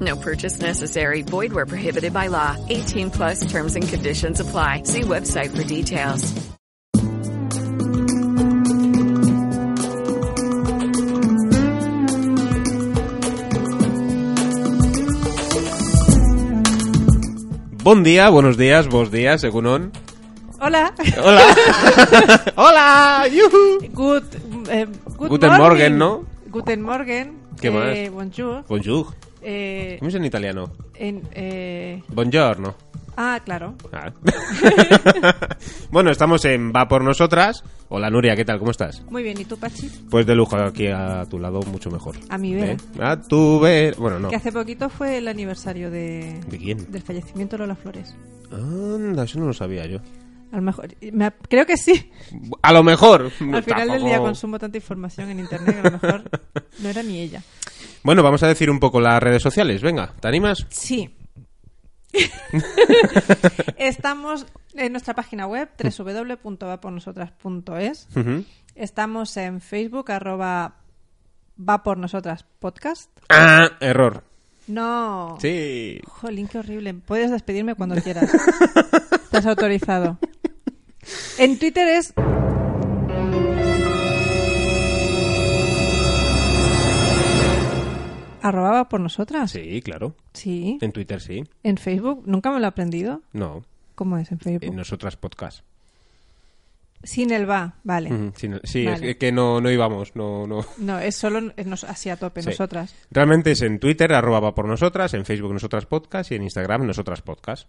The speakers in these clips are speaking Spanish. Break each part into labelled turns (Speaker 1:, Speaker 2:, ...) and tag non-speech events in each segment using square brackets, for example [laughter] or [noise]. Speaker 1: No purchase necessary. Void where prohibited by law. 18 plus terms and conditions apply. See website for details.
Speaker 2: Buen día, buenos días, buenos días, Egunon.
Speaker 3: Hola.
Speaker 2: Hola. Hola. Yuhu.
Speaker 3: Good, eh, good
Speaker 2: Guten
Speaker 3: morning.
Speaker 2: Morgen, ¿no?
Speaker 3: Guten Morgen.
Speaker 2: ¿Qué
Speaker 3: eh,
Speaker 2: más?
Speaker 3: Bonjour.
Speaker 2: Bonjour.
Speaker 3: Eh,
Speaker 2: ¿Cómo es en italiano?
Speaker 3: en, eh,
Speaker 2: Buongiorno.
Speaker 3: ah, claro.
Speaker 2: Ah. [laughs] bueno, estamos en Va por nosotras. Hola Nuria, ¿qué tal? ¿Cómo estás?
Speaker 3: Muy bien. ¿Y tú, Pachi?
Speaker 2: Pues de lujo aquí a tu lado, mucho mejor.
Speaker 3: A mi vera.
Speaker 2: ¿Eh? A tu ver. Bueno, no.
Speaker 3: Que hace poquito fue el aniversario de,
Speaker 2: ¿De quién?
Speaker 3: del fallecimiento de Lola Flores.
Speaker 2: Anda, eso no lo sabía yo.
Speaker 3: A lo mejor. me ha- creo que sí.
Speaker 2: A lo mejor.
Speaker 3: Al final del día
Speaker 2: Tampoco.
Speaker 3: consumo tanta información en internet que a lo
Speaker 2: [laughs]
Speaker 3: mejor no era ni ella.
Speaker 2: Bueno, vamos a decir un poco las redes sociales. Venga, ¿te animas? [laughs]
Speaker 3: Sí. Estamos en nuestra página web www.vapornosotras.es.
Speaker 2: Ujú.
Speaker 3: Estamos en Facebook, arroba va por nosotras podcast.
Speaker 2: Ah, error.
Speaker 3: No.
Speaker 2: Sí.
Speaker 3: Jolín, qué horrible. Puedes despedirme cuando
Speaker 2: [laughs]
Speaker 3: quieras. Estás autorizado. En Twitter es. Arroba va por nosotras.
Speaker 2: Sí, claro.
Speaker 3: Sí.
Speaker 2: En Twitter sí.
Speaker 3: En Facebook, nunca me lo he aprendido.
Speaker 2: No.
Speaker 3: ¿Cómo es en Facebook?
Speaker 2: En nosotras podcast.
Speaker 3: Sin el va, vale.
Speaker 2: Ujú, Sí, no- sí,
Speaker 3: Vale.
Speaker 2: es que nos no íbamos, no, no.
Speaker 3: No, es solo es nos- así a tope,
Speaker 2: Sí.
Speaker 3: nosotras.
Speaker 2: Realmente es en Twitter, arroba va por nosotras, en Facebook nosotras podcast y en Instagram nosotras podcast.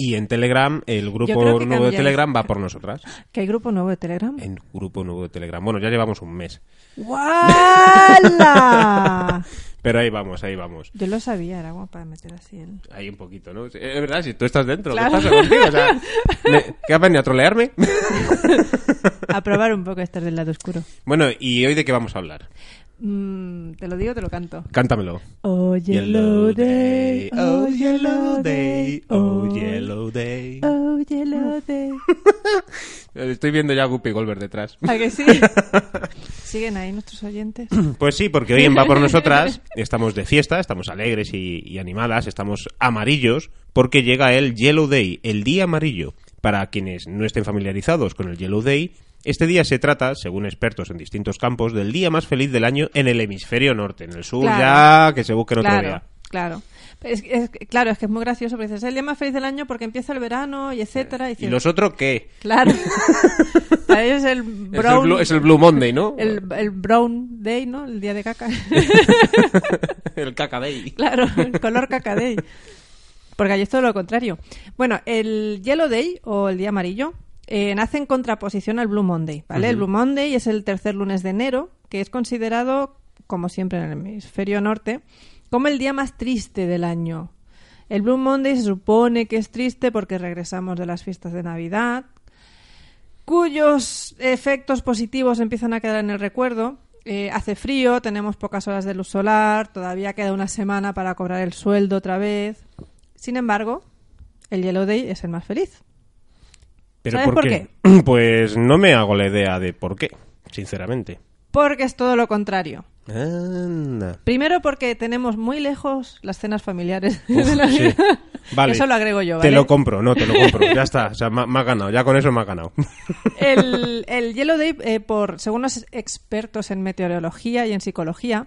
Speaker 2: Y en Telegram, el grupo
Speaker 3: creo que
Speaker 2: nuevo de
Speaker 3: cambiáis.
Speaker 2: Telegram va por nosotras.
Speaker 3: ¿Que hay grupo nuevo de Telegram?
Speaker 2: En grupo nuevo de Telegram. Bueno, ya llevamos un mes. [laughs]
Speaker 3: ¡Wala!
Speaker 2: Pero ahí vamos, ahí vamos.
Speaker 3: Yo lo sabía, era guapa meter así el...
Speaker 2: Ahí un poquito, ¿no? Sí, Es verdad, si tú estás dentro, ¿qué
Speaker 3: Claro.
Speaker 2: pasa contigo? O
Speaker 3: [laughs]
Speaker 2: sea, me- ¿Qué has venido a trolearme? [laughs]
Speaker 3: A probar un poco estar del lado oscuro.
Speaker 2: bueno, ¿y hoy de qué vamos a hablar?
Speaker 3: Mm, te lo digo, te lo canto.
Speaker 2: Cántamelo.
Speaker 3: Oh, yellow day, oh, yellow day,
Speaker 2: oh yellow day.
Speaker 3: Oh, yellow day.
Speaker 2: Estoy viendo ya a Guppy Golver detrás. [laughs]
Speaker 3: ¿A que sí? ¿Siguen ahí nuestros oyentes?
Speaker 2: Pues sí, porque hoy en Va por
Speaker 3: [laughs]
Speaker 2: Nosotras estamos de fiesta, estamos alegres y, y animadas, estamos amarillos, porque llega el Yellow Day, el día amarillo. Para quienes no estén familiarizados con el Yellow Day, este día se trata, según expertos en distintos campos, del día más feliz del año en el hemisferio norte. En el sur
Speaker 3: Claro.
Speaker 2: ya que se busquen otro
Speaker 3: Claro,
Speaker 2: día.
Speaker 3: claro. Es, es- claro, es que es muy gracioso porque dices, es el día más feliz del año porque empieza el verano y etcétera. Y,
Speaker 2: Eh, ¿Y
Speaker 3: dices,
Speaker 2: los otros qué? [laughs]
Speaker 3: Claro. [laughs] Para ellos el
Speaker 2: Es el,
Speaker 3: brown...
Speaker 2: Blue, es el Blue Monday, ¿no?
Speaker 3: el- el brown day, ¿no? El día de caca.
Speaker 2: [laughs] el Caca Day.
Speaker 3: Claro, el color caca day. Porque hay es todo lo contrario. Bueno, el Yellow Day o el día amarillo eh, nace en contraposición al Blue Monday, ¿vale? El Blue Monday es el tercer lunes de enero, que es considerado, como siempre en el hemisferio norte, como el día más triste del año. El Blue Monday se supone que es triste porque regresamos de las fiestas de Navidad, cuyos efectos positivos empiezan a quedar en el recuerdo. Eh, hace frío, tenemos pocas horas de luz solar, todavía queda una semana para cobrar el sueldo otra vez. Sin embargo, el Yellow Day es el más feliz.
Speaker 2: ¿Pero
Speaker 3: ¿Sabes
Speaker 2: por
Speaker 3: por
Speaker 2: qué? [clears throat] Pues no me hago la idea de por qué, sinceramente.
Speaker 3: Porque es todo lo contrario.
Speaker 2: Anda.
Speaker 3: Primero porque tenemos muy lejos las cenas familiares [laughs] de
Speaker 2: Uf,
Speaker 3: la
Speaker 2: sí. [laughs]
Speaker 3: vida.
Speaker 2: Vale.
Speaker 3: Eso lo agrego yo,
Speaker 2: Te
Speaker 3: ¿vale?
Speaker 2: lo compro, no, te lo compro. Ya está, o
Speaker 3: [laughs]
Speaker 2: sea, me, me ha ganado, ya con eso me ha ganado. [laughs]
Speaker 3: el, el Yellow Day, eh, por, según los expertos en meteorología y en psicología,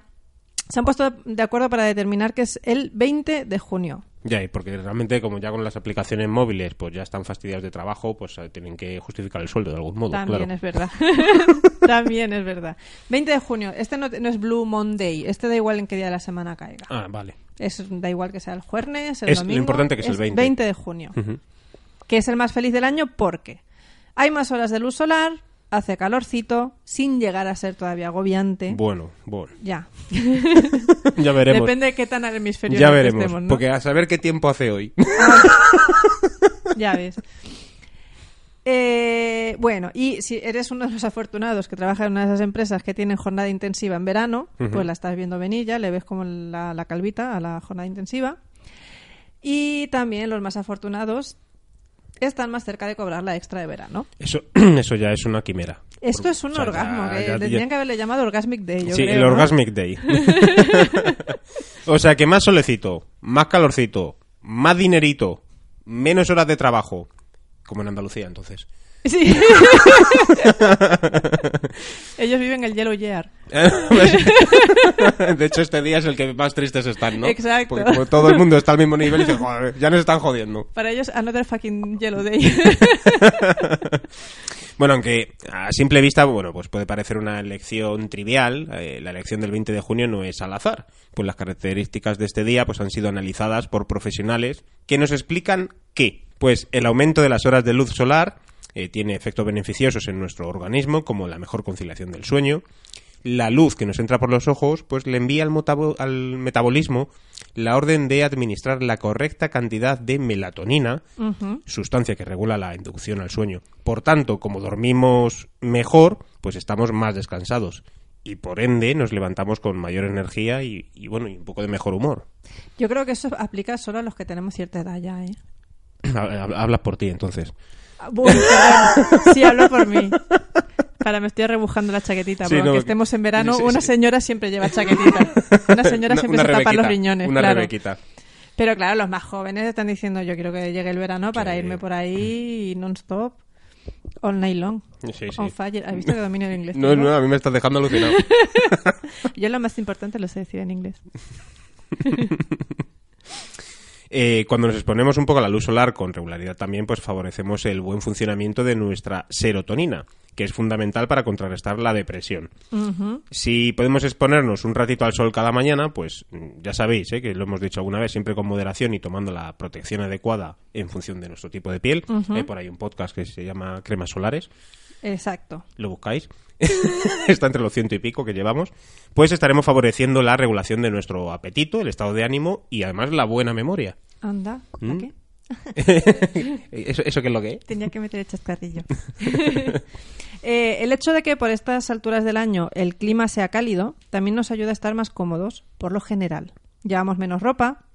Speaker 3: se han puesto de acuerdo para determinar que es el 20 de junio.
Speaker 2: ya, y porque realmente como ya con las aplicaciones móviles pues ya están fastidiados de trabajo, pues eh, tienen que justificar el sueldo de algún modo,
Speaker 3: También
Speaker 2: claro.
Speaker 3: es verdad. [laughs] También es verdad. 20 de junio. Este no, no es Blue Monday. Este da igual en qué día de la semana caiga.
Speaker 2: Ah, vale.
Speaker 3: Es, da igual que sea el jueves, el
Speaker 2: Es lo
Speaker 3: domingo.
Speaker 2: importante que es el 20.
Speaker 3: de junio.
Speaker 2: Ujú.
Speaker 3: Que es el más feliz del año porque hay más horas de luz solar, hace calorcito, sin llegar a ser todavía agobiante.
Speaker 2: Bueno, bueno. [laughs]
Speaker 3: Ya.
Speaker 2: Ya veremos.
Speaker 3: Depende de qué tan al hemisferio
Speaker 2: ya
Speaker 3: norte
Speaker 2: veremos,
Speaker 3: estemos, ¿no?
Speaker 2: porque a saber qué tiempo hace hoy.
Speaker 3: Ya ves. Eh, bueno, y si eres uno de los afortunados que trabaja en una de esas empresas que tienen jornada intensiva en verano,
Speaker 2: Ujú.
Speaker 3: pues la estás viendo venir ya, le ves como la, la calvita a la jornada intensiva. Y también los más afortunados están más cerca de cobrar la extra de verano.
Speaker 2: [laughs] Eso, [clears throat] eso ya es una quimera.
Speaker 3: Esto
Speaker 2: Por-
Speaker 3: es un
Speaker 2: o sea,
Speaker 3: orgasmo,
Speaker 2: ya-
Speaker 3: que
Speaker 2: ya-
Speaker 3: tendrían
Speaker 2: ya-
Speaker 3: que haberle llamado Orgasmic Day, Eh, yo
Speaker 2: Sí,
Speaker 3: creo,
Speaker 2: el
Speaker 3: ¿no?
Speaker 2: Orgasmic Day. [laughs] o sea que más solecito, más calorcito, más dinerito, menos horas de trabajo. Como en Andalucía, entonces.
Speaker 3: [laughs]
Speaker 2: [laughs]
Speaker 3: Sí. Ellos viven el Yellow Year.
Speaker 2: [laughs] de hecho, este día es el que más tristes están, ¿no?
Speaker 3: Exacto.
Speaker 2: Porque como todo el mundo está al mismo nivel, dice, joder, ya nos están jodiendo.
Speaker 3: Para ellos, another fucking Yellow Day.
Speaker 2: [laughs] Bueno, aunque a simple vista, bueno, pues puede parecer una elección trivial, eh, la elección del 20 de junio no es al azar, pues las características de este día pues han sido analizadas por profesionales que nos explican que, pues el aumento de las horas de luz solar eh, tiene efectos beneficiosos en nuestro organismo, como la mejor conciliación del sueño, la luz que nos entra por los ojos, pues le envía al, motabo- al metabolismo la orden de administrar la correcta cantidad de melatonina, sustancia que regula la inducción al sueño. Por tanto, como dormimos mejor, pues estamos más descansados. Y por ende nos levantamos con mayor energía y, y, bueno, y un poco de mejor humor. [clears throat]
Speaker 3: Yo creo que eso aplica solo a los que tenemos cierta edad ya, ¿eh?
Speaker 2: Habla- Hablas por ti, entonces.
Speaker 3: Ah, bueno, perdón. Sí, hablo por mí. Para, me estoy rebujando la chaquetita.
Speaker 2: Sí,
Speaker 3: porque
Speaker 2: no,
Speaker 3: aunque estemos en verano,
Speaker 2: sí, sí,
Speaker 3: una
Speaker 2: sí.
Speaker 3: señora siempre lleva chaquetita.
Speaker 2: [laughs]
Speaker 3: Una señora siempre se tapa
Speaker 2: rebequita,
Speaker 3: los riñones,
Speaker 2: Una
Speaker 3: claro.
Speaker 2: rebequita.
Speaker 3: Pero claro, los más jóvenes están diciendo, yo quiero que llegue el verano para
Speaker 2: Sí.
Speaker 3: irme por ahí non-stop, all night long,
Speaker 2: Sí, sí.
Speaker 3: on fire. ¿Has visto que domino el inglés?
Speaker 2: No,
Speaker 3: tengo?
Speaker 2: no, a mí me estás dejando alucinado.
Speaker 3: Yo lo más importante lo sé decir en inglés.
Speaker 2: Eh, cuando nos exponemos un poco a la luz solar con regularidad también, pues favorecemos el buen funcionamiento de nuestra serotonina, que es fundamental para contrarrestar la depresión. Si podemos exponernos un ratito al sol cada mañana, pues mm, ya sabéis, ¿eh? que lo hemos dicho alguna vez, siempre con moderación y tomando la protección adecuada en función de nuestro tipo de piel. Hay por ahí un podcast que se llama Cremas Solares
Speaker 3: Exacto.
Speaker 2: lo buscáis, [laughs] está entre los ciento y pico que llevamos, pues estaremos favoreciendo la regulación de nuestro apetito, el estado de ánimo y además la buena memoria.
Speaker 3: Anda, ¿a
Speaker 2: ¿Mm?
Speaker 3: qué?
Speaker 2: [laughs] ¿Eso, ¿Eso qué es lo que es?
Speaker 3: Tenía que meter el chascarrillo. [laughs] Eh, el hecho de que por estas alturas del año el clima sea cálido también nos ayuda a estar más cómodos, por lo general. Llevamos menos ropa,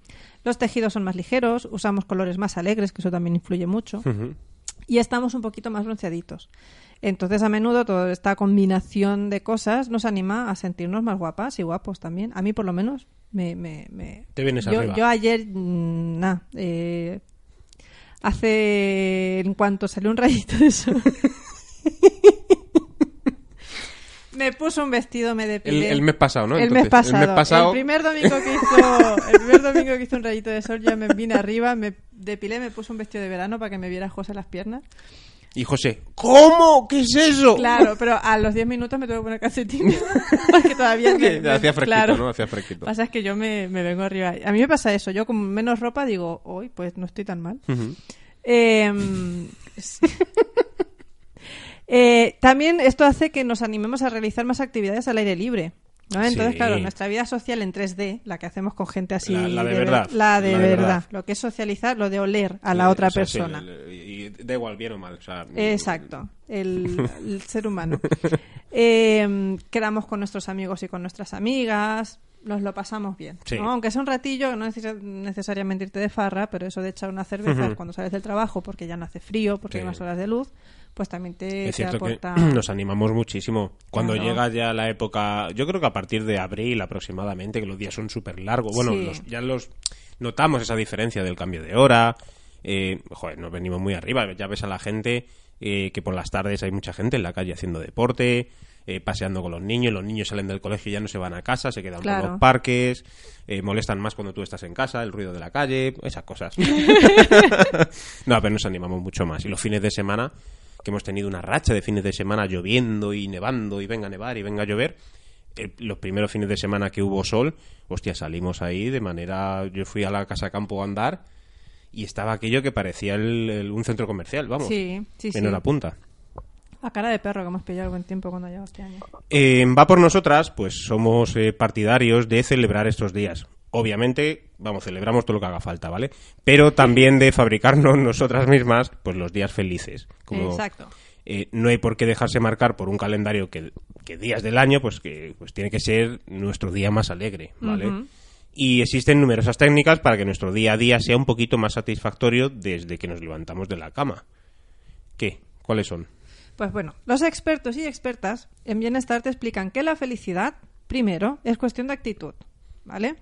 Speaker 3: los tejidos son más ligeros, usamos colores más alegres, que eso también influye mucho, y estamos un poquito más bronceaditos. Entonces, a menudo, toda esta combinación de cosas nos anima a sentirnos más guapas y guapos también. A mí, por lo menos, me... me- me-
Speaker 2: Te vienes
Speaker 3: yo,
Speaker 2: arriba.
Speaker 3: yo ayer, mm, nah, eh, hace en cuanto salió un rayito de sol [laughs] me puso un vestido me
Speaker 2: El,
Speaker 3: depilé
Speaker 2: el mes pasado, ¿no?
Speaker 3: El
Speaker 2: Entonces,
Speaker 3: mes pasado
Speaker 2: El mes pasado.
Speaker 3: El primer domingo que
Speaker 2: [laughs]
Speaker 3: hizo el primer domingo que hizo un rayito de sol ya me vine arriba me depilé me puse un vestido de verano para que me viera José las piernas
Speaker 2: Y José, ¿cómo? ¿Qué es eso?
Speaker 3: claro pero a los 10 minutos me tuve que poner calcetines [laughs] porque todavía
Speaker 2: [laughs]
Speaker 3: me-
Speaker 2: Que
Speaker 3: me-
Speaker 2: Hacía fresquito,
Speaker 3: claro.
Speaker 2: ¿no? Hacía fresquito.
Speaker 3: pasa es que yo me, me vengo arriba a mí me pasa eso yo con menos ropa digo hoy pues no estoy tan mal
Speaker 2: Ujú.
Speaker 3: Eh, [laughs] eh, también esto hace que nos animemos a realizar más actividades al aire libre. ¿no? Entonces,
Speaker 2: Sí.
Speaker 3: claro, nuestra vida social en 3D, la que hacemos con gente así.
Speaker 2: La- la de
Speaker 3: ver-
Speaker 2: verdad.
Speaker 3: La de
Speaker 2: La de
Speaker 3: verdad.
Speaker 2: verdad.
Speaker 3: Lo que es socializar, lo de oler a la otra
Speaker 2: O sea, sí,
Speaker 3: persona.
Speaker 2: el- y y da igual, bien o mal. o sea,
Speaker 3: Exacto,
Speaker 2: [laughs]
Speaker 3: el, el ser humano. Eh, quedamos con nuestros amigos y con nuestras amigas, nos lo pasamos bien.
Speaker 2: Sí.
Speaker 3: ¿no? Aunque sea un ratillo, no neces- necesariamente irte de farra, pero eso de echar una cerveza
Speaker 2: Ujú.
Speaker 3: cuando sales del trabajo porque ya no hace frío, porque
Speaker 2: Sí.
Speaker 3: hay más horas de luz, pues también te,
Speaker 2: Es
Speaker 3: te
Speaker 2: cierto que [clears throat]
Speaker 3: aporta.
Speaker 2: nos animamos muchísimo. Cuando
Speaker 3: Claro.
Speaker 2: llega ya la época, yo creo que a partir de abril aproximadamente, que los días son súper largos. Bueno,
Speaker 3: Sí.
Speaker 2: los- ya los notamos esa diferencia del cambio de hora. Eh, joder, nos venimos muy arriba. Ya ves a la gente eh, que por las tardes hay mucha gente en la calle haciendo deporte, eh, paseando con los niños. Los niños salen del colegio y ya no se van a casa, se quedan por
Speaker 3: Claro.
Speaker 2: los parques, eh, molestan más cuando tú estás en casa, el ruido de la calle, esas cosas.
Speaker 3: [laughs]
Speaker 2: No, pero nos animamos mucho más. Y los fines de semana, que hemos tenido una racha de fines de semana lloviendo y nevando y venga a nevar y venga a llover, eh, los primeros fines de semana que hubo sol, hostia, salimos ahí de manera... Yo fui a la casa campo a andar y estaba aquello que parecía el- el- un centro comercial, vamos.
Speaker 3: Sí, sí, sí.
Speaker 2: En hora punta.
Speaker 3: A cara de perro que hemos pillado el buen tiempo cuando lleva este año.
Speaker 2: Eh, en va por nosotras, pues somos eh, partidarios de celebrar estos días. Obviamente, vamos, celebramos todo lo que haga falta, ¿vale? [laughs] Pero también de fabricarnos nosotras mismas, pues los días felices. Como
Speaker 3: Exacto.
Speaker 2: eh, no hay por qué dejarse marcar por un calendario que, que días del año, pues que pues tiene que ser nuestro día más alegre, ¿vale?
Speaker 3: Ujú.
Speaker 2: Y existen numerosas técnicas para que nuestro día a día sea un poquito más satisfactorio desde que nos levantamos de la cama. ¿Qué? ¿Cuáles son?
Speaker 3: Pues bueno, los expertos y expertas en bienestar te explican que la felicidad, primero, es cuestión de actitud, ¿vale?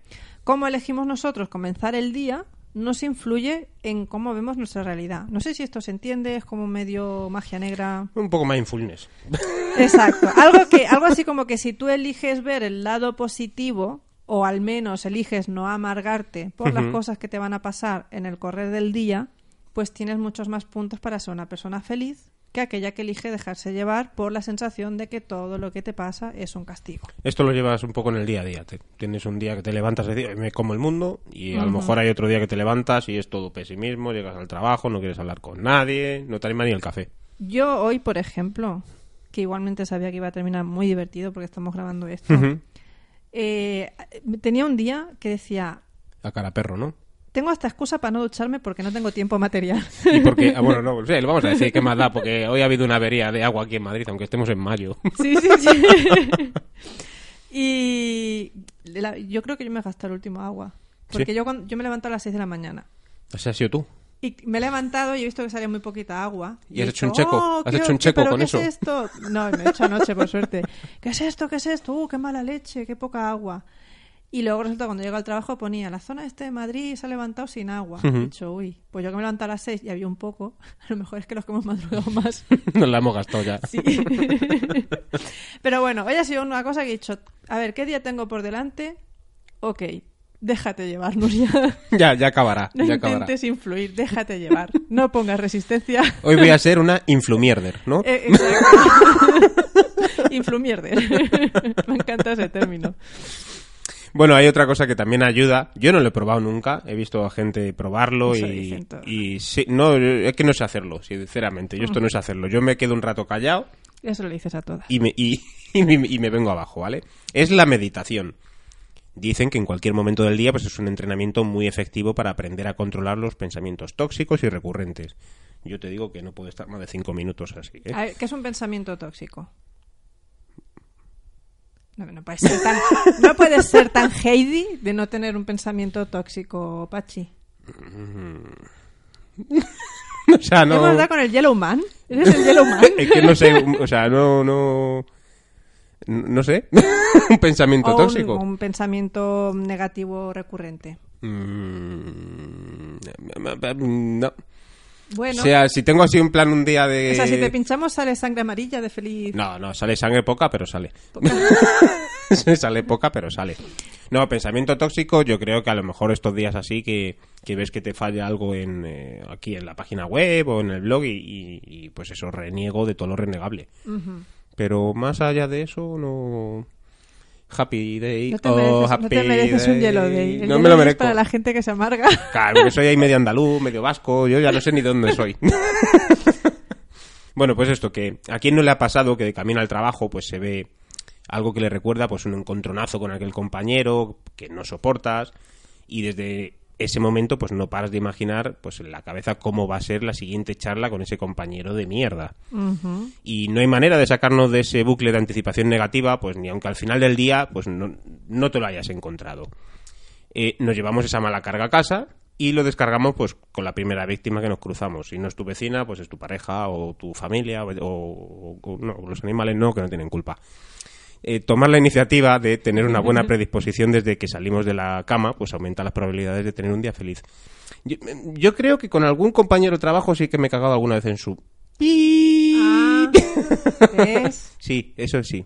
Speaker 3: Cómo elegimos nosotros comenzar el día nos influye en cómo vemos nuestra realidad. No sé si esto se entiende, es como medio magia negra.
Speaker 2: Un poco mindfulness.
Speaker 3: Exacto. Algo, que, algo así como que si tú eliges ver el lado positivo, o al menos eliges no amargarte por las
Speaker 2: Ujú.
Speaker 3: cosas que te van a pasar en el correr del día, pues tienes muchos más puntos para ser una persona feliz que aquella que elige dejarse llevar por la sensación de que todo lo que te pasa es un castigo.
Speaker 2: Esto lo llevas un poco en el día a día. Te- tienes un día que te levantas y dices, me como el mundo, y a lo mejor hay otro día que te levantas y es todo pesimismo, llegas al trabajo, no quieres hablar con nadie, no te anima ni el café.
Speaker 3: Yo hoy, por ejemplo, que igualmente sabía que iba a terminar muy divertido porque estamos grabando esto,
Speaker 2: Ujú.
Speaker 3: eh, tenía un día que decía,
Speaker 2: Ah, La cara a perro, ¿no?
Speaker 3: tengo esta excusa para no ducharme porque no tengo tiempo
Speaker 2: [laughs]
Speaker 3: material.
Speaker 2: Y porque, ah, bueno, no, o sea, lo vamos a decir, qué más da, porque hoy ha habido una avería de agua aquí en Madrid, aunque estemos en mayo. [laughs]
Speaker 3: Sí, sí, sí. [laughs] y la- yo creo que yo me gasté el último agua. Porque
Speaker 2: Sí.
Speaker 3: yo, cuando, yo me levanto a las 6 de la mañana.
Speaker 2: O sea, has sido tú. [laughs]
Speaker 3: Y me he levantado y he visto que salía muy poquita agua.
Speaker 2: Y
Speaker 3: he
Speaker 2: has hecho un
Speaker 3: dicho,
Speaker 2: checo,
Speaker 3: "Oh,
Speaker 2: has
Speaker 3: qué-
Speaker 2: hecho un
Speaker 3: qué-
Speaker 2: checo
Speaker 3: pero
Speaker 2: con
Speaker 3: ¿qué
Speaker 2: eso".
Speaker 3: Es esto? No, me he hecho anoche, por suerte. ¿Qué es esto? ¿Qué es esto? ¡Uh, qué mala leche! ¡Qué poca agua! Y luego resulta cuando llego al trabajo ponía la zona este de Madrid se ha levantado sin agua.
Speaker 2: Ujú.
Speaker 3: He dicho, uy, pues yo que me levanto a las 6 y había un poco, [laughs] a lo mejor es que los que hemos madrugado
Speaker 2: [laughs]
Speaker 3: más.
Speaker 2: Nos la hemos gastado ya.
Speaker 3: Sí. [laughs] Pero bueno, hoy ha sido una cosa que he dicho, a ver, ¿qué día tengo por delante? Ok, déjate
Speaker 2: [laughs]
Speaker 3: llevar, Nuria.
Speaker 2: [laughs] Ya, ya acabará,
Speaker 3: No
Speaker 2: ya acabará.
Speaker 3: intentes influir, déjate llevar. No pongas resistencia.
Speaker 2: Hoy voy a ser una influmierder, ¿no?
Speaker 3: [laughs] Eh, exacto. Influmierder. [laughs] Me encanta ese término.
Speaker 2: Bueno, hay otra cosa que también ayuda. Yo no lo he probado nunca. He visto a gente probarlo
Speaker 3: Eso
Speaker 2: y,
Speaker 3: dicen todos.
Speaker 2: y sí- no, es que no sé hacerlo, sinceramente. Yo esto no sé hacerlo. Yo me quedo un rato callado
Speaker 3: Eso lo dices a todas.
Speaker 2: y me, y, [laughs] y me, y me vengo abajo, ¿vale? Es la meditación. Dicen que en cualquier momento del día pues es un entrenamiento muy efectivo para aprender a controlar los pensamientos tóxicos y recurrentes. Yo te digo que no puedo estar más de cinco minutos así. ¿eh?
Speaker 3: A ver, ¿qué es un pensamiento tóxico? No, no puedes ser tan, no puedes ser tan Heidi de no tener un pensamiento tóxico, Pachi.
Speaker 2: [laughs] O sea,
Speaker 3: ¿Hemos
Speaker 2: no...
Speaker 3: dado con el Yellow Man? ¿Eres el Yellow Man?
Speaker 2: [laughs] Es que no sé, o sea, no... No, no sé. [laughs] un pensamiento
Speaker 3: o un-
Speaker 2: tóxico.
Speaker 3: o Un, pensamiento negativo recurrente.
Speaker 2: Mm, No.
Speaker 3: Bueno,
Speaker 2: O sea, si tengo así un plan un día de...
Speaker 3: o sea, si te pinchamos sale sangre amarilla de feliz.
Speaker 2: No, no, sale sangre poca, pero sale. [laughs] sale poca, pero sale. No, pensamiento tóxico, yo creo que a lo mejor estos días así que, que ves que te falla algo en, eh, aquí en la página web o en el blog y, y- y, pues eso, reniego de todo lo renegable. Pero más allá de eso, no... Happy day.
Speaker 3: No te,
Speaker 2: oh,
Speaker 3: mereces, no
Speaker 2: happy
Speaker 3: te mereces un
Speaker 2: day.
Speaker 3: Yellow Day. El
Speaker 2: no
Speaker 3: Yellow
Speaker 2: me lo
Speaker 3: Day es
Speaker 2: merezco.
Speaker 3: para la gente que se amarga.
Speaker 2: Claro, porque soy ahí medio andaluz, medio vasco, yo ya no sé ni de dónde soy. [laughs] bueno, pues esto, que a quien no le ha pasado que de camino al trabajo pues se ve algo que le recuerda pues un encontronazo con aquel compañero que no soportas y desde ese momento pues no paras de imaginar pues en la cabeza cómo va a ser la siguiente charla con ese compañero de mierda y no hay manera de sacarnos de ese bucle de anticipación negativa, pues ni aunque al final del día pues no, no te lo hayas encontrado. Eh, nos llevamos esa mala carga a casa y lo descargamos pues con la primera víctima que nos cruzamos. Si no es tu vecina, pues es tu pareja o tu familia o, o- o- no, los animales no, que no tienen culpa. Eh, tomar la iniciativa de tener una buena predisposición desde que salimos de la cama, pues aumenta las probabilidades de tener un día feliz. Yo, yo creo que con algún compañero de trabajo sí que me he cagado alguna vez en su... pi.
Speaker 3: [laughs] Ah, ¿ves?
Speaker 2: [coughs] Sí, eso sí.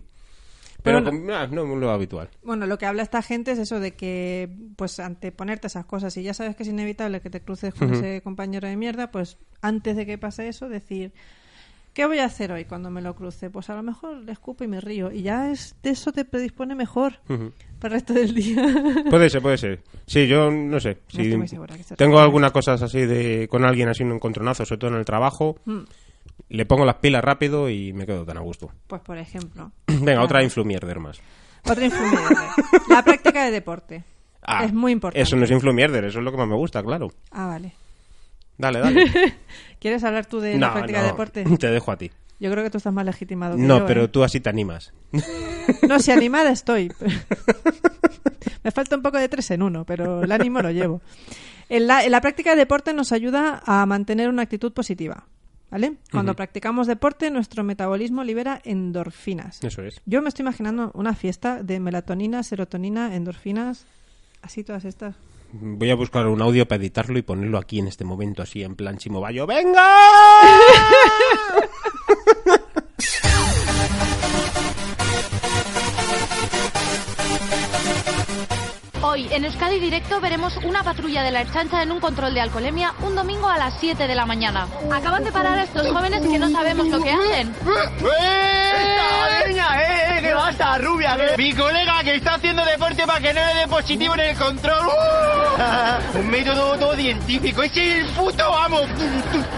Speaker 2: Pero
Speaker 3: Bueno.
Speaker 2: con- ah, no es lo habitual.
Speaker 3: Bueno, lo que habla esta gente es eso de que, pues, anteponerte esas cosas. Y ya sabes que es inevitable que te cruces con ese compañero de mierda, pues, antes de que pase eso, decir, ¿qué voy a hacer hoy cuando me lo cruce? Pues a lo mejor le escupo y me río. Y ya es, de eso te predispone mejor para el resto del día. [laughs]
Speaker 2: Puede ser, puede ser. Sí, yo no sé.
Speaker 3: No
Speaker 2: si
Speaker 3: estoy muy segura que se
Speaker 2: tengo
Speaker 3: refiere a
Speaker 2: algunas cosas así de con alguien así en un encontronazo, sobre todo en el trabajo.
Speaker 3: Mm.
Speaker 2: Le pongo las pilas rápido y me quedo tan a gusto. [clears throat]
Speaker 3: Pues, por ejemplo.
Speaker 2: Venga,
Speaker 3: Claro.
Speaker 2: otra influmierder más.
Speaker 3: Otra influyente. La práctica de deporte.
Speaker 2: Ah,
Speaker 3: es muy importante.
Speaker 2: Eso no es influmierder, eso es lo que más me gusta, claro.
Speaker 3: Ah, vale.
Speaker 2: Dale, dale.
Speaker 3: [laughs] ¿Quieres hablar tú de la
Speaker 2: no,
Speaker 3: práctica
Speaker 2: no,
Speaker 3: de deporte?
Speaker 2: [laughs] Te dejo a ti.
Speaker 3: Yo creo que tú estás más legitimado. que
Speaker 2: No,
Speaker 3: yo,
Speaker 2: pero
Speaker 3: ¿eh?
Speaker 2: tú así te animas.
Speaker 3: No, si animada estoy. [laughs] Me falta un poco de tres en uno, pero el ánimo lo llevo. En la, en la práctica de deporte nos ayuda a mantener una actitud positiva. ¿Vale? Cuando practicamos deporte, nuestro metabolismo libera endorfinas.
Speaker 2: Eso es.
Speaker 3: Yo me estoy imaginando una fiesta de melatonina, serotonina, endorfinas, así todas estas.
Speaker 2: Voy a buscar un audio para editarlo y ponerlo aquí en este momento, así en plan Chimo Bayo.
Speaker 3: [laughs]
Speaker 2: ¡Venga!
Speaker 4: Hoy en Euskadi Directo veremos una patrulla de la Erchancha en un control de alcoholemia un domingo a las 7 de la mañana. Acaban de parar a estos jóvenes que no sabemos lo que hacen.
Speaker 5: ¡Eh! ¡Venga, eh, eh! ¡Que basta, rubia! que- Mi colega que está haciendo deporte para que no le dé positivo en el control. ¡Uh! Un método todo científico. ¡Ese es el puto vamos!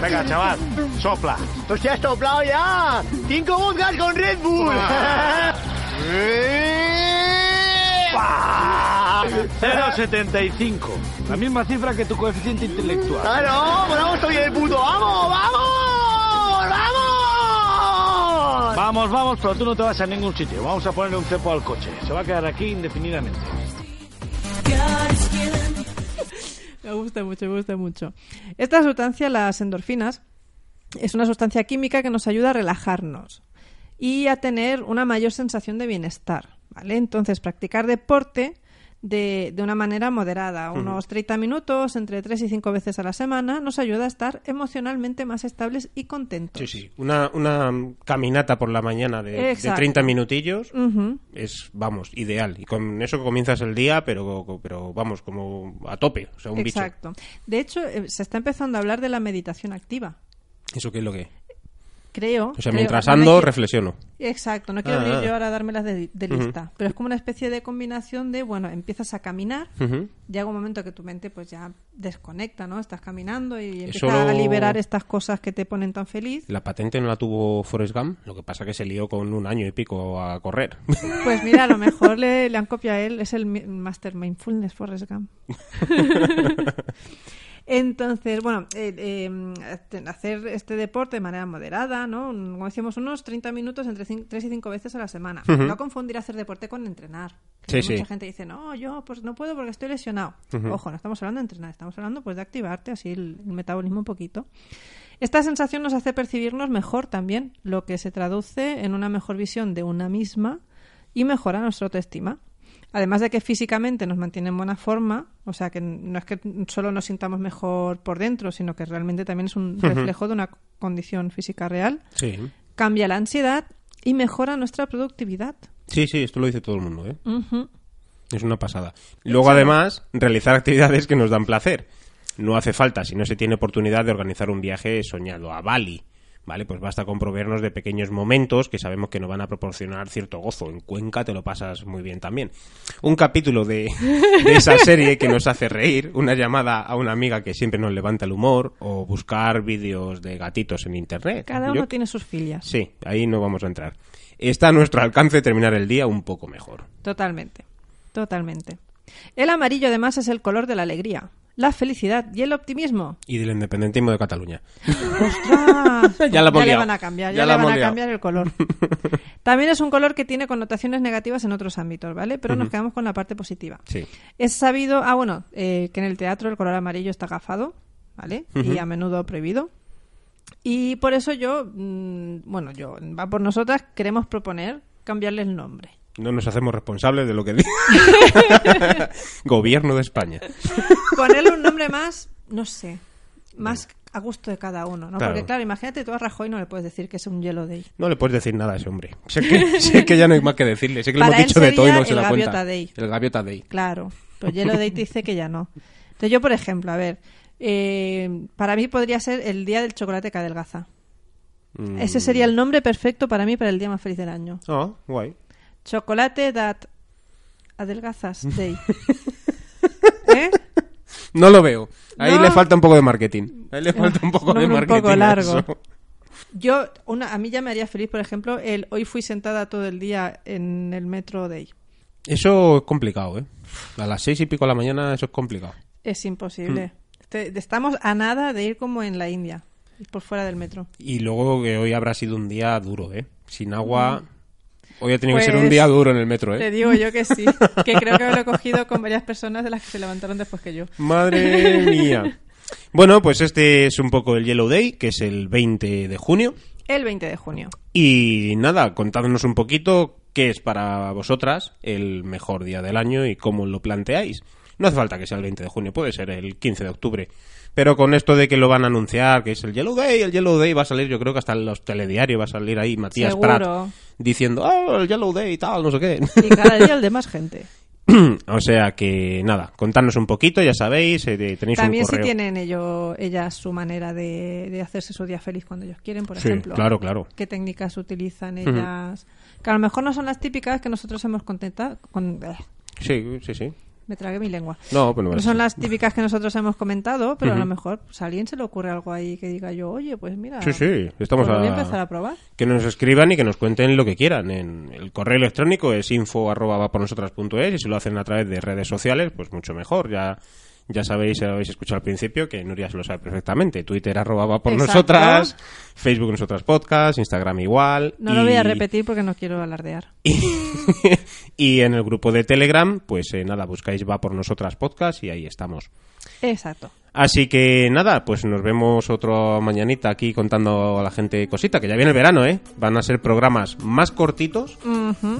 Speaker 5: Venga, chaval, sopla. ¡Pues ya has soplado ya! ¡Cinco vodkas con Red Bull! ¡Eh! [laughs] ¡Pah!
Speaker 6: 0,75. La misma cifra que tu coeficiente intelectual.
Speaker 5: ¡Claro! ¡Vamos, soy el puto vamos! ¡Vamos! ¡Vamos!
Speaker 6: Vamos, vamos, pero tú no te vas a ningún sitio. Vamos a ponerle un cepo al coche. Se va a quedar aquí indefinidamente.
Speaker 3: Me gusta mucho, me gusta mucho. Esta sustancia, las endorfinas, es una sustancia química que nos ayuda a relajarnos y a tener una mayor sensación de bienestar, ¿vale? Entonces, practicar deporte de, de una manera moderada, unos 30 minutos, entre 3 y 5 veces a la semana, nos ayuda a estar emocionalmente más estables y contentos.
Speaker 2: Sí, sí. Una, una mm, caminata por la mañana de, de
Speaker 3: Exacto.
Speaker 2: 30 minutillos
Speaker 3: Ujú.
Speaker 2: es, vamos, ideal. Y con eso comienzas el día, pero, pero vamos, como a tope. O sea, un
Speaker 3: Exacto. De hecho, eh, se está empezando a hablar de la meditación activa.
Speaker 2: bicho. ¿Eso qué es lo que es?
Speaker 3: Creo.
Speaker 2: O sea,
Speaker 3: creo,
Speaker 2: mientras
Speaker 3: no me
Speaker 2: ando,
Speaker 3: equivoco.
Speaker 2: reflexiono.
Speaker 3: Exacto, no quiero
Speaker 2: Ah.
Speaker 3: venir yo ahora a dármelas de, de lista, pero es como una especie de combinación de, bueno, empiezas a caminar,
Speaker 2: Ujú.
Speaker 3: llega un momento que tu mente pues ya desconecta, ¿no? Estás caminando y empiezas
Speaker 2: Eso lo-
Speaker 3: a liberar estas cosas que te ponen tan feliz.
Speaker 2: La patente no la tuvo Forrest Gump, lo que pasa que se lió con un año y pico a correr.
Speaker 3: Pues mira, a lo mejor le, le han copiado a él, es el mi- Master Mindfulness
Speaker 2: [laughs]
Speaker 3: Forrest Gump. Entonces, bueno, eh, eh, te- hacer este deporte de manera moderada, ¿no? Un- Como decíamos, unos 30 minutos entre 3 y 5 veces a la semana. No confundir hacer deporte con entrenar. Que
Speaker 2: Sí,
Speaker 3: mucha
Speaker 2: sí.
Speaker 3: gente dice, no, yo pues no puedo porque estoy lesionado. Ojo, no estamos hablando de entrenar, estamos hablando pues de activarte así el, el metabolismo un poquito. Esta sensación nos hace percibirnos mejor también, lo que se traduce en una mejor visión de una misma y mejora nuestra autoestima. Además de que físicamente nos mantiene en buena forma, o sea que no es que solo nos sintamos mejor por dentro, sino que realmente también es un reflejo de una condición física real,
Speaker 2: Sí.
Speaker 3: cambia la ansiedad y mejora nuestra productividad.
Speaker 2: Sí, sí, esto lo dice todo el mundo, ¿eh?
Speaker 3: Ujú.
Speaker 2: Es una pasada. Luego, además, realizar actividades que nos dan placer. No hace falta, si no se tiene oportunidad, de organizar un viaje soñado a Bali. ¿Vale? Pues basta con proveernos de pequeños momentos que sabemos que nos van a proporcionar cierto gozo. En Cuenca te lo pasas muy bien también. Un capítulo
Speaker 3: [laughs]
Speaker 2: de, de esa serie que nos hace reír, una llamada a una amiga que siempre nos levanta el humor, o buscar vídeos de gatitos en internet.
Speaker 3: Cada
Speaker 2: Yo-
Speaker 3: uno tiene sus filias.
Speaker 2: Sí, ahí no vamos a entrar. Está a nuestro alcance terminar el día un poco mejor.
Speaker 3: Totalmente, totalmente. El amarillo además es el color de la alegría, la felicidad y el optimismo.
Speaker 2: Y del independentismo de Cataluña.
Speaker 3: ¡Ostras!
Speaker 2: [laughs] Ya la hemos
Speaker 3: le
Speaker 2: liado.
Speaker 3: van a cambiar, ya,
Speaker 2: Ya
Speaker 3: le
Speaker 2: la
Speaker 3: van
Speaker 2: hemos
Speaker 3: a
Speaker 2: liado.
Speaker 3: cambiar el color.
Speaker 2: [laughs]
Speaker 3: También es un color que tiene connotaciones negativas en otros ámbitos, ¿vale? Pero nos quedamos con la parte positiva.
Speaker 2: Sí.
Speaker 3: Es sabido, ah, bueno, eh, que en el teatro el color amarillo está agafado, ¿vale? Y a menudo prohibido. Y por eso yo, mm, bueno, yo, va por nosotras, queremos proponer cambiarle el nombre.
Speaker 2: No nos hacemos responsables de lo que dice.
Speaker 3: [laughs]
Speaker 2: Gobierno de España.
Speaker 3: Ponerle un nombre más, no sé, más a gusto de cada uno, ¿no?
Speaker 2: Claro.
Speaker 3: Porque claro, imagínate tú a Rajoy no le puedes decir que es un hielo de
Speaker 2: No le puedes decir nada a ese hombre. Sé
Speaker 3: [laughs]
Speaker 2: que, sé que ya no hay más que decirle. Sé que le
Speaker 3: Para
Speaker 2: hemos
Speaker 3: él
Speaker 2: dicho de todo y
Speaker 3: sería
Speaker 2: no se
Speaker 3: el
Speaker 2: da cuenta.
Speaker 3: Gaviota Day.
Speaker 2: El Gaviota Day.
Speaker 3: Claro, pero Yellow Date dice que ya no. Entonces yo, por ejemplo, a ver, eh, para mí podría ser el día del chocolate que adelgaza.
Speaker 2: Mm.
Speaker 3: Ese sería el nombre perfecto para mí para el día más feliz del año.
Speaker 2: Ah, guay.
Speaker 3: Chocolate that adelgazas
Speaker 2: [laughs]
Speaker 3: day. ¿Eh?
Speaker 2: No lo veo. Ahí
Speaker 3: No.
Speaker 2: le falta un poco de marketing. Ahí le falta un poco de
Speaker 3: nombre un
Speaker 2: marketing.
Speaker 3: poco
Speaker 2: a
Speaker 3: largo.
Speaker 2: eso.
Speaker 3: Yo, una, a mí ya me haría feliz, por ejemplo, el hoy fui sentada todo el día en el metro day.
Speaker 2: Eso es complicado, ¿eh? A las seis y pico de la mañana eso es complicado.
Speaker 3: Este, Es imposible. Te- Estamos a nada de ir como en la India. por fuera del metro.
Speaker 2: Y luego que hoy habrá sido un día duro, ¿eh? Sin agua. Hoy ha tenido que ser
Speaker 3: Mm. Pues,
Speaker 2: un día duro en el metro,
Speaker 3: Te
Speaker 2: ¿eh?
Speaker 3: digo yo que sí, que creo que me lo he cogido con varias personas de las que se levantaron después que yo. [laughs]
Speaker 2: Madre mía. Bueno, pues este es un poco el Yellow Day, que es el 20 de junio.
Speaker 3: El 20 de junio.
Speaker 2: Y nada, contadnos un poquito qué es para vosotras el mejor día del año y cómo lo planteáis. No hace falta que sea el 20 de junio, puede ser el 15 de octubre. Pero con esto de que lo van a anunciar, que es el Yellow Day, el Yellow Day va a salir, yo creo que hasta en los telediarios va a salir ahí Matías
Speaker 3: Seguro.
Speaker 2: Prat diciendo, ah, el Yellow Day y tal, no sé qué.
Speaker 3: Y cada día el de más
Speaker 2: [laughs]
Speaker 3: gente.
Speaker 2: [clears throat] o sea que nada, contadnos un poquito, ya sabéis, eh, de- tenéis
Speaker 3: También
Speaker 2: un
Speaker 3: si
Speaker 2: correo.
Speaker 3: tienen ello, ellas su manera de, de hacerse su día feliz cuando ellos quieren, por
Speaker 2: Sí,
Speaker 3: ejemplo.
Speaker 2: claro, claro.
Speaker 3: ¿Qué técnicas utilizan ellas? Que a lo mejor no son las típicas que nosotros hemos contentado. Con, eh,
Speaker 2: Sí, sí, sí.
Speaker 3: me tragué mi lengua.
Speaker 2: No, pues no me
Speaker 3: son
Speaker 2: las-
Speaker 3: las típicas que nosotros hemos comentado, pero a lo mejor pues, a alguien se le ocurre algo ahí que diga yo, oye, pues mira,
Speaker 2: Sí, sí, estamos
Speaker 3: podría
Speaker 2: a-
Speaker 3: empezar Pues a probar.
Speaker 2: que nos escriban y que nos cuenten lo que quieran. En el correo electrónico es info arroba vapornosotras.es y si lo hacen a través de redes sociales, pues mucho mejor. Ya ya sabéis, ya lo habéis escuchado al principio, que Nuria se lo sabe perfectamente. Twitter arroba va por
Speaker 3: Exacto.
Speaker 2: nosotras, Facebook nosotras podcast, Instagram igual.
Speaker 3: No lo voy a
Speaker 2: y-
Speaker 3: repetir porque no quiero alardear.
Speaker 2: [laughs] Y en el grupo de Telegram, pues eh, nada, buscáis va por nosotras podcast y ahí estamos.
Speaker 3: Exacto.
Speaker 2: Así que nada, pues nos vemos otra mañanita aquí contando a la gente cosita, que ya viene el verano, ¿eh? Van a ser programas más cortitos,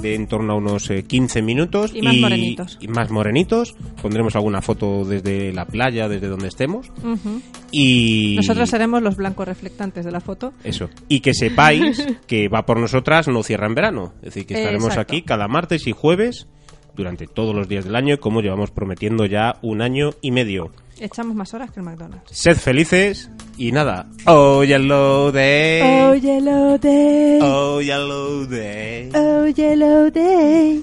Speaker 2: de en torno a unos eh, 15 minutos.
Speaker 3: Y más morenitos.
Speaker 2: y más morenitos. Pondremos alguna foto desde la playa, desde donde estemos.
Speaker 3: Ujú.
Speaker 2: Y...
Speaker 3: Nosotros seremos los blancos reflectantes de la foto.
Speaker 2: Eso. Y que
Speaker 3: [laughs]
Speaker 2: sepáis que va por nosotras, no cierra en verano. Es decir, que estaremos
Speaker 3: Exacto.
Speaker 2: aquí cada martes y jueves durante todos los días del año, como llevamos prometiendo ya un año y medio.
Speaker 3: Echamos más horas que el McDonald's.
Speaker 2: Sed felices y nada. Oh, yellow day.
Speaker 3: Yellow Day,
Speaker 2: Oh, yellow day.
Speaker 3: oh Yellow Day.